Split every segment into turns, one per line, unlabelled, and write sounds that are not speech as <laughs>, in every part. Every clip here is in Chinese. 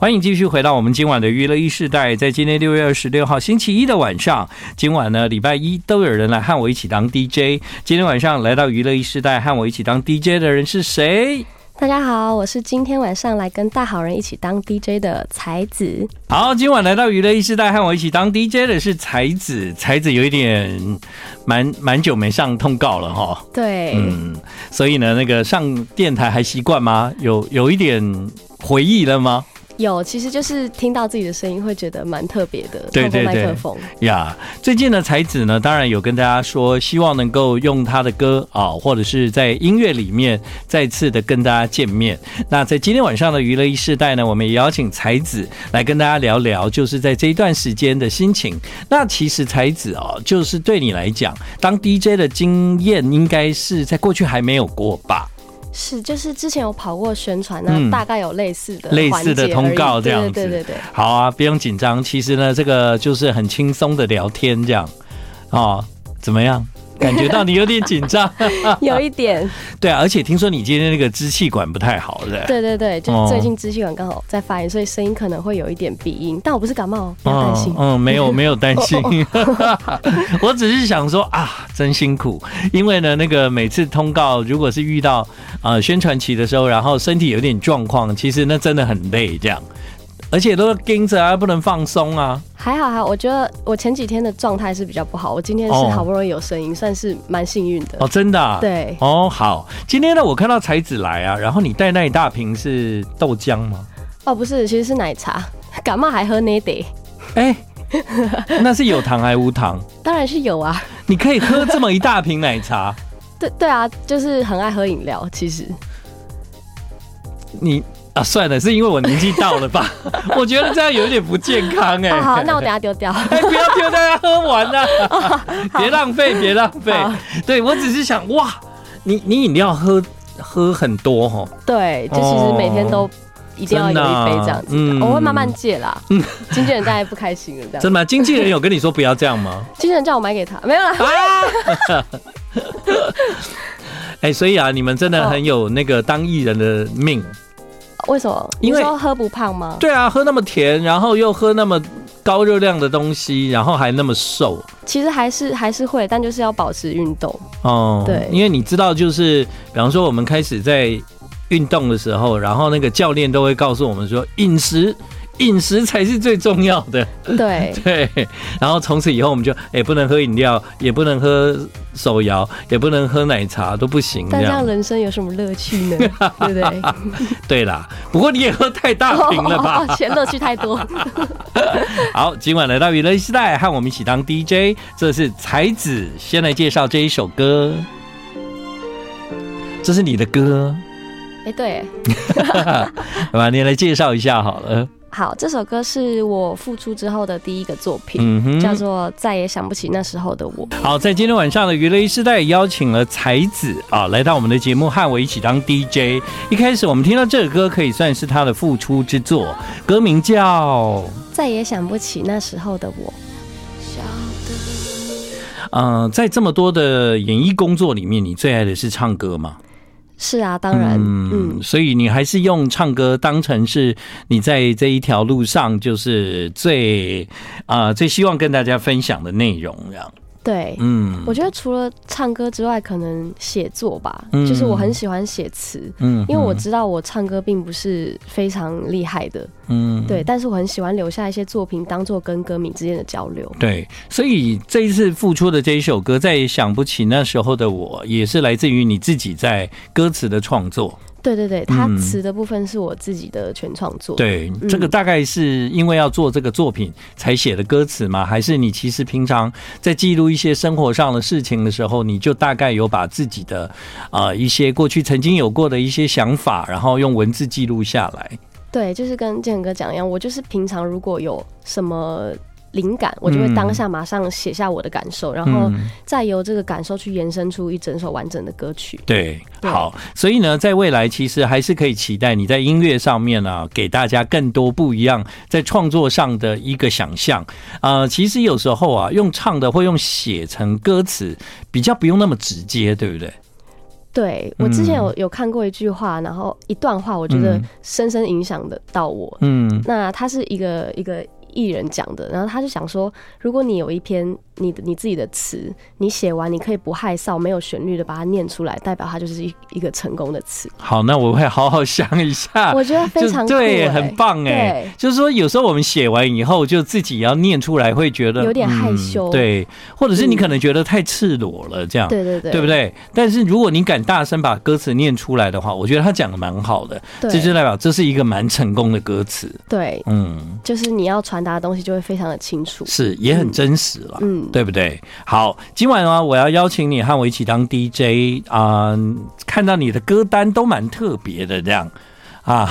欢迎继续回到我们今晚的娱乐一世代，在今天六月二十六号星期一的晚上，今晚呢礼拜一都有人来和我一起当 DJ。今天晚上来到娱乐一世代和我一起当 DJ 的人是谁？
大家好，我是今天晚上来跟大好人一起当 DJ 的才子。
好，今晚来到娱乐一世代和我一起当 DJ 的是才子，才子有一点蛮蛮久没上通告了哈，
对，
嗯，所以呢，那个上电台还习惯吗？有有一点回忆了吗？
有，其实就是听到自己的声音会觉得蛮特别的，
对
透过
对
麦
对
克风。
呀最近呢，才子呢，当然有跟大家说，希望能够用他的歌啊、或者是在音乐里面再次的跟大家见面。那在今天晚上的娱乐一世代呢，我们也邀请才子来跟大家聊聊，就是在这一段时间的心情。那其实才子哦，就是对你来讲，当 DJ 的经验应该是在过去还没有过吧？
是，就是之前有跑过宣传，那
嗯
大概有类似的
类
环
似的
节
通
而已
告这样
对对对对对
好啊，不用紧张。其实呢，这个就是很轻松的聊天这样哦，怎么样？感觉到你有点紧张。 <laughs>
有一点，
对啊，而且听说你今天那个支气管不太好，对不对？
对对
<laughs>
对，就
哦
是最近支气管刚好在发炎，所以声音可能会有一点鼻音，但我不是感冒，不要担心。哦
嗯，没
<laughs>
有没有担心， <laughs> 我只是想说啊，真辛苦，因为呢，那个每次通告如果是遇到呃宣传期的时候，然后身体有点状况，其实那真的很累，这样，而且都盯着啊，不能放松啊，
还好还好，我觉得我前几天的状态是比较不好，我今天是
哦
好不容易有声音，算是蛮幸运的。
哦，真的、啊，，
对，
哦，好，今天呢，我看到才子来啊，然后你带那一大瓶是豆浆
<laughs>
吗？
哦，不是，其实是奶茶。 <laughs> 感冒还喝奶得，
哎、那是有糖还无糖？
当然是有啊。
你可以喝这么一大瓶奶茶。
对对啊，就是很爱喝饮料。其实
你啊，算了，是因为我年纪到了
<laughs>
吧？我觉得这样有一点不健康哎、
哦，好，那我等下丢掉。
<laughs> 哎，不要丢大家喝完了，别浪费，别浪费
好。
对我只是想，哇，你你饮料喝喝很多哦，
对，就其实每天都一定要有一杯这样子
真的啊嗯嗯
的，我会慢慢戒啦。经纪人大概不开心了这样。
真的吗？经纪人有跟你说不要这样吗？
经纪人叫我买给他，没有啦。
哎，所以啊，你们真
哦
的很有那个当艺人的命。
为什么？你
因为
说喝不胖吗？
对啊，喝那么甜，然后又喝那么高热量的东西，然后还那么瘦。
其实还是还是会，但就是要保持运动。
哦，
对
因为你知道，就是比方说我们开始在运动的时候，然后那个教练都会告诉我们说，饮食。饮食才是最重要的， <laughs>
对
对。然后从此以后，我们就哎、不能喝饮料，也不能喝手摇，也不能喝奶茶，都不行这
但这样
样。
人生有什么乐趣呢？对不对？
<laughs> 对啦，不过你也喝太大瓶了吧？
<laughs> 哦，钱乐趣太多。
好，今晚来到娱乐时代，和我们一起当 DJ，这是才子，先来介绍这一首歌，这是你的歌，
哎，对，
好吧？你来介绍一下好了。
好，这首歌是我复出之后的第一个作品，
嗯哼
叫做《再也想不起那时候的我》。
好，在今天晚上的娱乐一时代，邀请了才子啊来到我们的节目，和我一起当 DJ。一开始我们听到这首歌，可以算是他的复出之作，歌名叫
再也想不起那时候的我。
嗯、呃在这么多的演艺工作里面，你最爱的是唱歌吗？
是啊，当然，嗯，
所以你还是用唱歌当成是你在这一条路上就是最啊、最希望跟大家分享的内容，这样。
对。
嗯
我觉得除了唱歌之外，可能写作吧，
嗯
就是我很喜欢写词，
嗯
因为我知道我唱歌并不是非常厉害的，
嗯
对，但是我很喜欢留下一些作品，当做跟歌迷之间的交流。
对，所以这一次复出的这一首歌，再也想不起那时候的我，也是来自于你自己在歌词的创作。
对对对，它
嗯
词的部分是我自己的全创作。
对，
嗯
这个大概是因为要做这个作品才写的歌词吗？还是你其实平常在记录一些生活上的事情的时候，你就大概有把自己的啊、呃一些过去曾经有过的一些想法，然后用文字记录下来？
对，就是跟建恒哥讲一样，我就是平常如果有什么灵感，我就会
嗯
当下马上写下我的感受，然后再由这个感受去延伸出一整首完整的歌曲。
对，
对
好，所以呢，在未来其实还是可以期待你在音乐上面啊，给大家更多不一样在创作上的一个想象。呃，其实有时候啊，用唱的或用写成歌词，比较不用那么直接，对不对？
对我之前有有看过一句话，然后一段话，我觉得
嗯
深深影响的到我。
嗯
那他是一个一个艺人讲的，然后他就想说，如果你有一篇你的你自己的词，你写完你可以不害臊、没有旋律的把它念出来，代表它就是一一个成功的词。
好，那我会好好想一下。
我觉得非
啊就
常酷、
对，
欸
很棒哎、就是说，有时候我们写完以后，就自己要念出来，会觉得嗯
有点害羞
对，或者是你
嗯
可能觉得太赤裸了，这样。
对对对对
啊对不？对？但是如果你敢大声把歌词念出来的话，我觉得他讲的蛮好的，
对
这就代表这是一个蛮成功的歌词。
对，
嗯，
就是你要传达的东西就会非常的清楚。
是也很真实了。
嗯，
对不对？好，今晚呢，我要邀请你和我一起当 DJ 啊、看到你的歌单都蛮特别的，这样啊，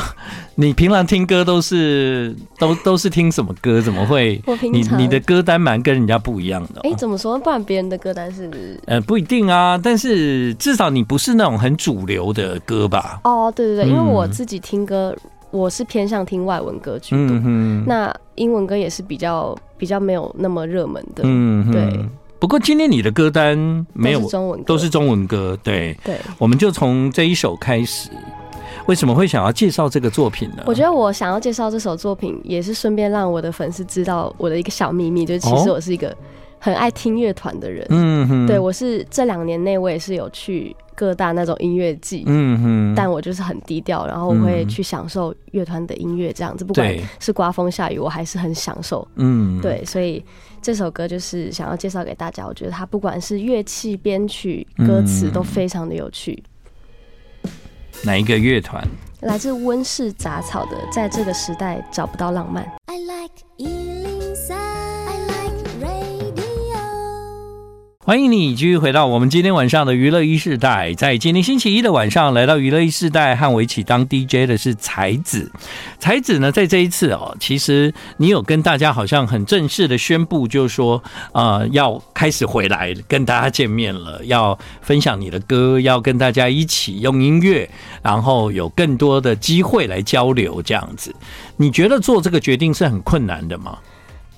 你平常听歌都是都都是听什么歌？怎么会？
我平
你
常
你的歌单蛮跟人家不一样的、哦。
哎、怎么说？不然别人的歌单是
呃，不一定啊，但是至少你不是那种很主流的歌吧？
哦，对对对，因为
嗯
我自己听歌，我是偏向听外文歌居多，
嗯哼，
那英文歌也是比较比较没有那么热门的，
嗯哼
对。
不过今天你的歌单没有
都是中文歌，
都是啊中文歌，对，
对。
我们就从这一首开始。为什么会想要介绍这个作品呢？
我觉得我想要介绍这首作品，也是顺便让我的粉丝知道我的一个小秘密，就是其实
哦
我是一个很爱听乐团的人。
嗯哼，
对，我是这两年内我也是有去各大那种音乐季，
嗯哼，
但我就是很低调，然后我会
嗯
去享受乐团的音乐，这样子，不管
对，
是刮风下雨，我还是很享受。
嗯，
对，所以这首歌就是想要介绍给大家。我觉得它不管是乐器、编曲、
嗯
歌词都非常的有趣。
哪一个乐团？
来自温室杂草的，在这个时代找不到浪漫。
I like Ealing Sound. I like radio.
欢迎你继续回到我们今天晚上的娱乐一世代。在今天星期一的晚上，来到娱乐一世代和我一起当 DJ 的是才子。才子呢，在这一次哦，其实你有跟大家好像很正式的宣布，就是说，呃，要开始回来跟大家见面了，要分享你的歌，要跟大家一起用音乐，然后有更多的机会来交流这样子。你觉得做这个决定是很困难的吗？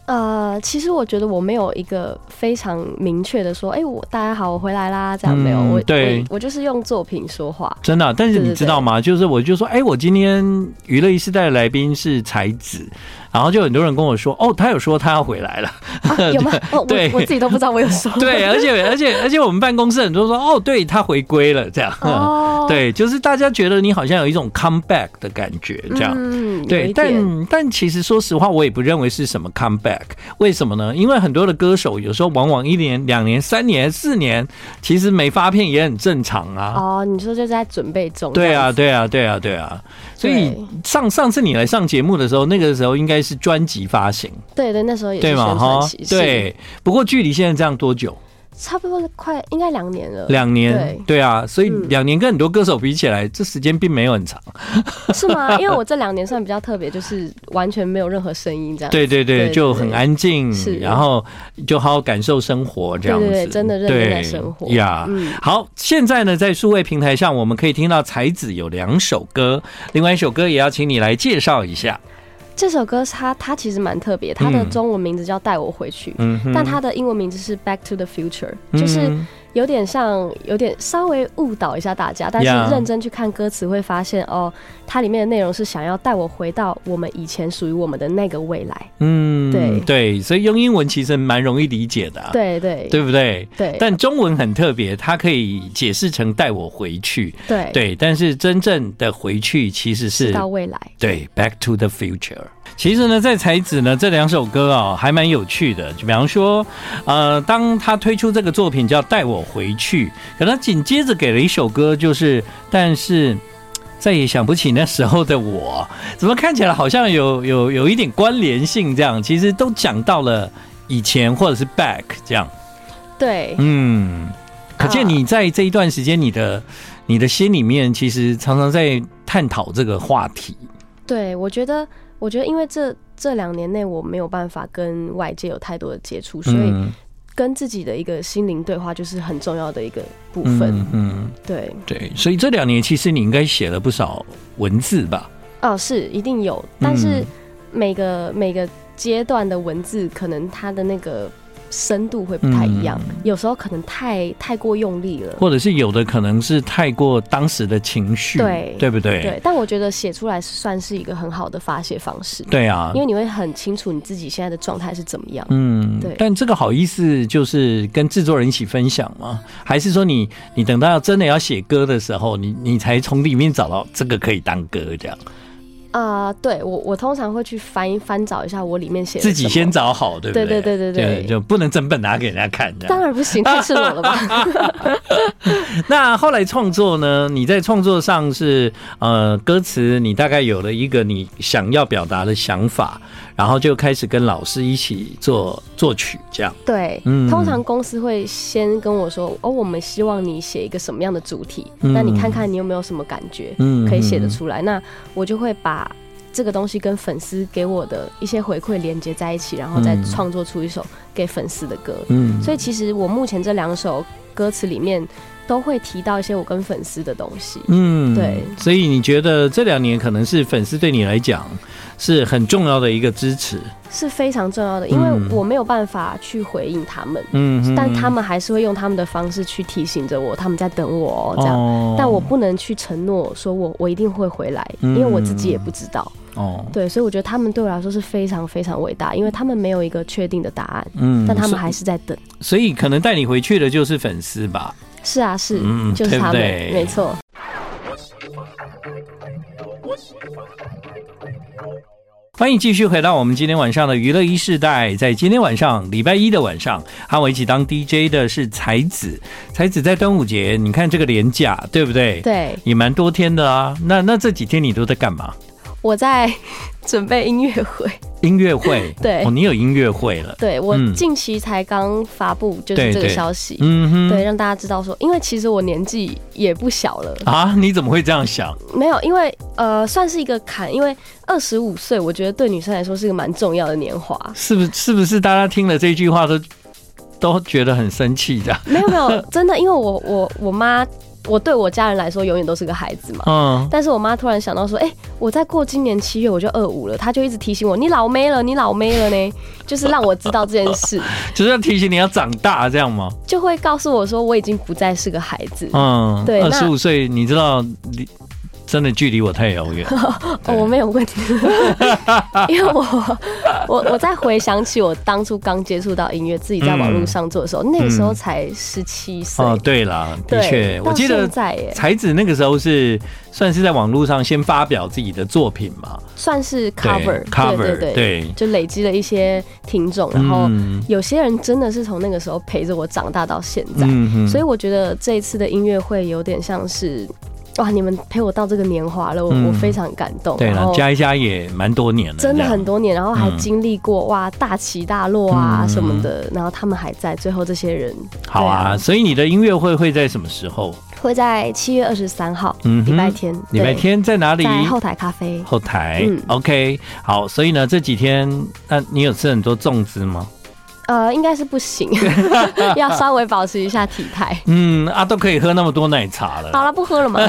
呃，其实我觉得我没有一个非常明确的说，哎、我大家好，我回来啦，这样没有。
嗯
我
对
我，我就是用作品
<laughs>
说话。
真的啊、但是
对
你
对
知道吗？就是我就说，哎、我今天娱乐一时代的来宾是才子，然后就很多人跟我说，哦，他有说他要回来了，
啊、有吗？哦，
对
我我自己都不知道我有说。
对，而且而且而且我们办公室很多人说，哦，对他回归了，这样，
哦，
<laughs> <laughs> 对，就是大家觉得你好像有一种 comeback 的感觉，这样。
嗯，有
对，
一点
但但其实说实话，我也不认为是什么 comeback。为什么呢？因为很多的歌手有时候往往一年、两年、三年、四年，其实没发片也很正常啊。
哦，你说就是在准备中。
对
这样
啊，
子，
对啊，对啊，对啊。所以
对
上上次你来上节目的时候，那个时候应该是专辑发行，
对对，那时候也是
对
宣
吗？
传
哈
期，，是
对。不过距离现在这样多久？
差不多快应该两年了，
两年
呃对，
对啊。所以
嗯呃
两年跟很多歌手比起来，这时间并没有很长。
<laughs> 是
<laughs>
吗？因为我这两年算比较特别，就是完全没有任何声音这样。
对对对，
对
就很安静
是，
然后就好好感受生活这样子，
对对对真的认真
对
在生活
呀。
嗯
好，现在呢，在数位平台上，我们可以听到才子有两首歌，另外一首歌也要请你来介绍一下。
这首歌它它其实蛮特别，它的
嗯
中文名字叫《带我回去》。
嗯哼，
但它的英文名字是《Back to the Future》，就是
嗯
有点像，有点稍微误导一下大家，但是
Yeah
认真去看歌词会发现，哦，它里面的内容是想要带我回到我们以前属于我们的那个未来。
嗯，
对
对，所以用英文其实蛮容易理解的、啊，
对对
对不对？
对
但中文很特别，它可以解释成带我回去，
对
对。但是真正的回去其实是
到未来。
对 Back to the Future。其实呢，在才子呢这两首歌啊、还蛮有趣的。就比方说，呃，当他推出这个作品叫《带我回去》，可他紧接着给了一首歌，就是但是。嘖再也想不起那时候的我，怎么看起来好像有 <laughs> 有有一点关联性？这样其实都讲到了以前或者是 back 这样，
对，
嗯，可见
啊
你在这一段时间，你的你的心里面其实常常在探讨这个话题，
对，我觉得，我觉得，因为这这两年内我没有办法跟外界有太多的接触，所以
嗯
跟自己的一个心灵对话就是很重要的一个部分。
嗯嗯，
对，
对，所以这两年其实你应该写了不少文字吧？
哦，是一定有，但是
嗯
每个、每个阶段的文字，可能它的那个深度会不太一样，
嗯
有时候可能太太过用力了。
或者是有的可能是太过当时的情绪，
对
对不对？
对，但我觉得写出来算是一个很好的发泄方式，
对啊，
因为你会很清楚你自己现在的状态是怎么样。
嗯
对
但这个好意思就是跟制作人一起分享吗？还是说你你等到真的要写歌的时候，你你才从里面找到这个可以当歌这样？
啊、对我我通常会去翻一翻找一下我里面写的
自己
什么
先。找好，对不对？
对对对对对
就就不能整本拿给人家看这
当
样。
然
<laughs>
不行，太赤裸了吧？
那后来创作呢？你在创作上是呃歌词，你大概有了一个你想要表达的想法，然后就开始跟老师一起做作曲这样。
对，
<laughs> 嗯
通常公司会先跟我说，哦，我们希望你写一个什么样的主题，
嗯
那你看看你有没有什么感觉，
嗯
可以写得出来。那我就会把这个东西跟粉丝给我的一些回馈连接在一起，然后再
嗯
创作出一首给粉丝的歌。
嗯
所以其实我目前这两首歌词里面都会提到一些我跟粉丝的东西。
嗯
对
所以你觉得这两年可能是粉丝对你来讲是很重要的一个支持，
是非常重要的，因为
嗯
我没有办法去回应他们，
嗯哼
但他们还是会用他们的方式去提醒着我，他们在等我、哦、这样。
哦
但我不能去承诺说我我一定会回来，
嗯
因为我自己也不知道。
哦，
对，所以我觉得他们对我来说是非常非常伟大，因为他们没有一个确定的答案，
嗯
但他们
所
还是在等。
所以可能带你回去的就是粉丝吧，
是啊，是，
嗯
就是他们，
对不对
没错。
欢迎继续回到我们今天晚上的娱乐一世代。在今天晚上，礼拜一的晚上，和我一起当 DJ 的是才子。才子在端午节，你看这个连假，对不对？，
对，
也蛮多天的啊。那那这几天你都在干嘛？
我在准备音乐会。 <laughs>
音乐会，
对
哦，你有音乐会了，
对我
嗯
近期才刚发布，就
对
是这个
对
消息。
嗯哼，
对，让大家知道说，因为其实我年纪也不小了，
啊，你怎么会这样想？
没有，因为呃，算是一个坎，因为二十五岁，我觉得对女生来说是一个蛮重要的年华。
是不是？是不是大家听了这句话都都觉得很生气的？
没有没有，真的，因为我 <laughs> 我我妈，我对我家人来说永远都是个孩子嘛。
嗯，
但是我妈突然想到说，哎、我在过今年七月我就二五了，她就一直提醒我，你老妹了，你老妹了呢，就是让我知道这件事，
就是要提醒你要长大，这样吗？
就会告诉我说我已经不再是个孩子。
嗯，
对
二
那
十五岁，你知道你。真的距离我太遥
<laughs>
远，
哦，我没有问题， <laughs> 因为我我我在回想起我当初刚接触到音乐，自己在网络上做的时候，那个时候才十七岁，
哦，对啦，的
对
确，
到
我记得
现在耶
才子那个时候是算是在网络上先发表自己的作品嘛，
算是 cover
cover，
对对
对嗯
就累积了一些听众，然后有些人真的是从那个时候陪着我长大到现在，
嗯哼
所以我觉得这一次的音乐会有点像是。哇！你们陪我到这个年华了，我、
嗯
我非常感动。
对
然
了
后，
加一加也蛮多年了，
真的很
多，
多年，然后还
嗯
经历过、哇大起大落啊
嗯
什么的，然后他们还在，最后这些人
好啊。所以你的音乐会会在什么时候？
对啊会在七月二十三号
嗯哼
礼拜天，
礼拜
对
天在哪里？
在后台咖啡，
后台、
嗯
o k 好，所以呢，这几天，那、你有吃很多粽子吗？
呃，应该是
<laughs>
不行，要稍微保持一下体态。
嗯，啊，都可以喝那么多奶茶
好
了。
了，不喝了嘛。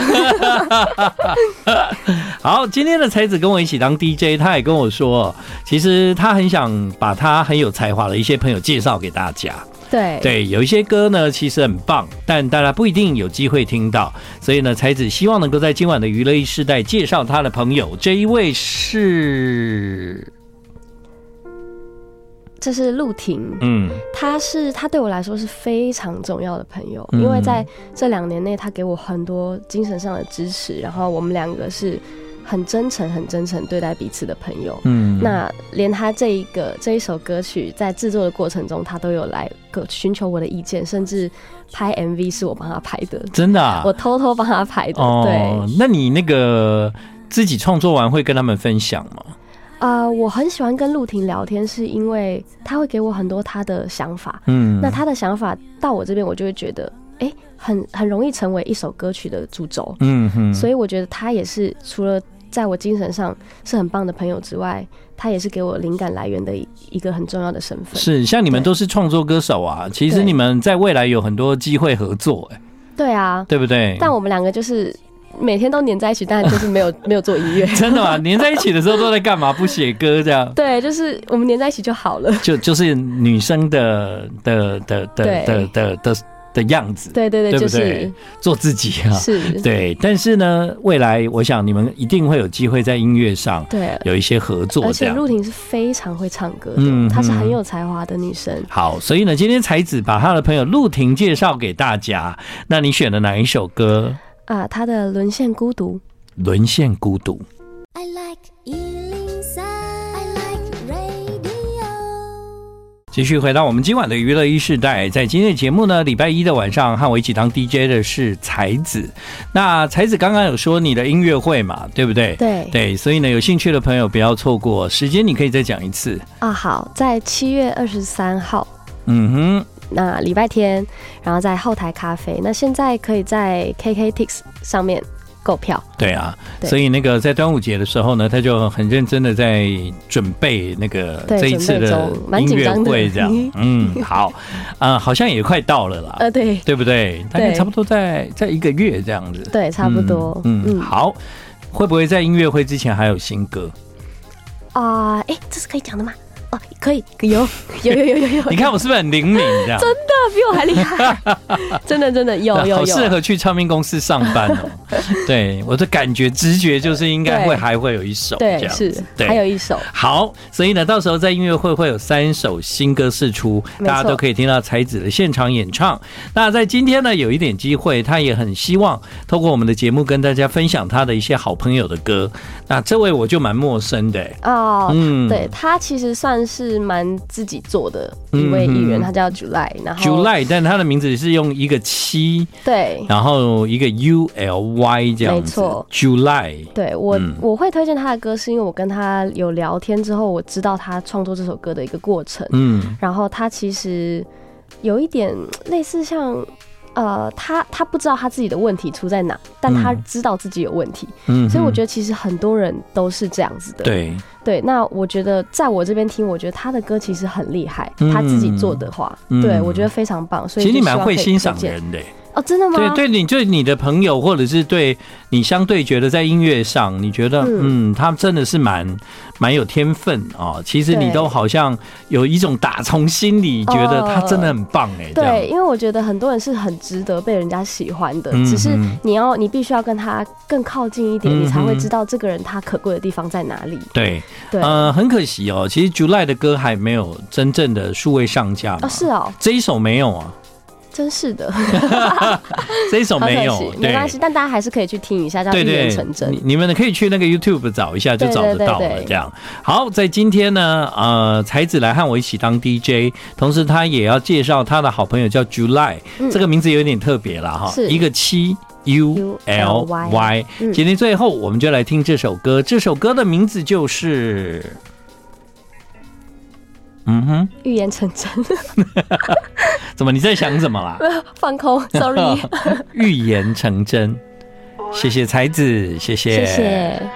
好，今天的才子跟我一起当 DJ，他也跟我说，其实他很想把他很有才华的一些朋友介绍给大家。
<laughs> 对，
对，有一些歌呢，其实很棒，但大家不一定有机会听到，所以呢，才子希望能够在今晚的娱乐一世代介绍他的朋友。这一位是，
这是陆婷，
嗯
她是她对我来说是非常重要的朋友，
嗯
因为在这两年内，她给我很多精神上的支持，然后我们两个是很真诚、很真诚对待彼此的朋友。
嗯，
那连他这一个这一首歌曲在制作的过程中，他都有来个寻求我的意见，甚至拍 MV 是我帮他拍的，
真的、啊，
我偷偷帮他拍的。
哦
对，，
那你那个自己创作完会跟他们分享吗？
呃，我很喜欢跟陆婷聊天，是因为他会给我很多他的想法。
嗯
那他的想法到我这边，我就会觉得，哎、很很容易成为一首歌曲的主轴。
嗯哼
所以我觉得他也是除了在我精神上是很棒的朋友之外，他也是给我灵感来源的一一个很重要的身份。
是像你们
对
都是创作歌手啊，其实
对
你们在未来有很多机会合作、哎，
对啊，
对不对？
但我们两个就是每天都黏在一起，但就是没有 <laughs> 没有做音乐。
真的
<laughs>
吗？黏在一起的时候都在干嘛？不写歌这样？
对，就是我们黏在一起就好了。
就就是女生的的的的
对
的的的的样子，
对对
对
对，
不
就
对
是？
做自己啊。
是，
对，但是呢，未来我想你们一定会有机会在音乐上
对。
有一些合作，
而
这
且
样。
陆婷是非常会唱歌的，
嗯
她是
嗯
很有才华的女生。
好，所以呢，今天才子把他的朋友陆婷介绍给大家。那你选了哪一首歌？
啊，他的《沦陷孤独》
《沦陷孤独》。
I like Ealing Sound. I like radio.
继续回到我们今晚的娱乐一世代，在今天的节目呢，礼拜一的晚上和我一起当 DJ 的是才子。那才子刚刚有说你的音乐会嘛，对不对？
对
对，所以呢，有兴趣的朋友不要错过时间，你可以再讲一次。
啊，好，在七月二十三号，
嗯哼，
那礼拜天，然后在后台咖啡。那现在可以在 KKTix 上面购票。
对啊，
对
所以那个在端午节的时候呢，他就很认真的在准备那个
对
这一次
准备
的
中蛮
音
紧
乐
张的
会，这样。
<laughs>
嗯，好，啊、好像也快到了啦，
呃，对
对不对？大概
对
差不多在在一个月这样子。
对，差不多。
嗯嗯，好，会不会在音乐会之前还有新歌？
啊，哎、这是可以讲的吗？哦，可以，
<laughs>
有有有有有有，
你看我是不是很灵敏？这样
<laughs> 真的比我还厉
<laughs>
害，真的真的有有
好
有，
适合去唱片公司上班
<laughs>
哦。对，我的感觉直觉就是应该会
对
还会有一首这
对
样
是
子，，对，
还有一首
好，所以呢，到时候在音乐会会有三首新歌释出，
没错
大家都可以听到才子的现场演唱。那在今天呢，有一点机会，他也很希望透过我们的节目跟大家分享他的一些好朋友的歌。那这位我就蛮陌生的、欸，
哦。
嗯，
对他其实算是蛮自己做的一位艺
嗯
人，
嗯嗯
他叫 July，然后
July，但他的名字是用一个七，
对
然后一个 U L Y 这样子，
没错
July。
对，我、
嗯
我会推荐他的歌，是因为我跟他有聊天之后，我知道他创作这首歌的一个过程。
嗯
然后他其实有一点类似像，呃，他他不知道他自己的问题出在哪，但他
嗯
知道自己有问题，
嗯，
所以我觉
得
得其实很多人都是这样子的。
对，
对那我觉得在我这边听，我觉得他的歌其实很厉害，
嗯
他自己做的话，
嗯
对我觉得非常棒。所以
其实你
就希望
蛮会
可以
欣
推
赏
荐
人的、欸。
哦，真的吗？
对，对你对你的朋友，或者是对你相对觉得在音乐上，你觉得嗯
嗯
他真的是蛮蛮有天分哦。其实你
对
都好像有一种打从心里觉得他真的很棒哎、这
哦对，
样
因为我觉得很多人是很值得被人家喜欢的，
嗯
只是
嗯
你要你必须要跟他更靠近一点，
嗯
你才会
嗯
知道这个人他可贵的地方在哪里。
对，
对，哦、
呃，很可惜哦。其实 July 的歌还没有真正的数位上架嘛，
是哦，
这一首没有啊，
真是的，
这一首
好可
哦没有
惜，，没
对
关系，但大家还是可以去听一下，叫《
对嗯
一
对
人，成真
你》。你们可以去那个 YouTube 找一下，就
对
找
对
得
对
到了。
对
这样好，在今天呢，呃，才子来和我一起当 DJ，同时他也要介绍他的好朋友叫 July，、
嗯
这个名字有点特别了哈，
是
一个七 U L Y。
嗯
今天最后我们就来听这首歌，这首歌的名字就是，嗯哼，
预言成真， <laughs>
怎么你在想什么啦？
放空，sorry，
预言成真，谢谢才子，
谢谢。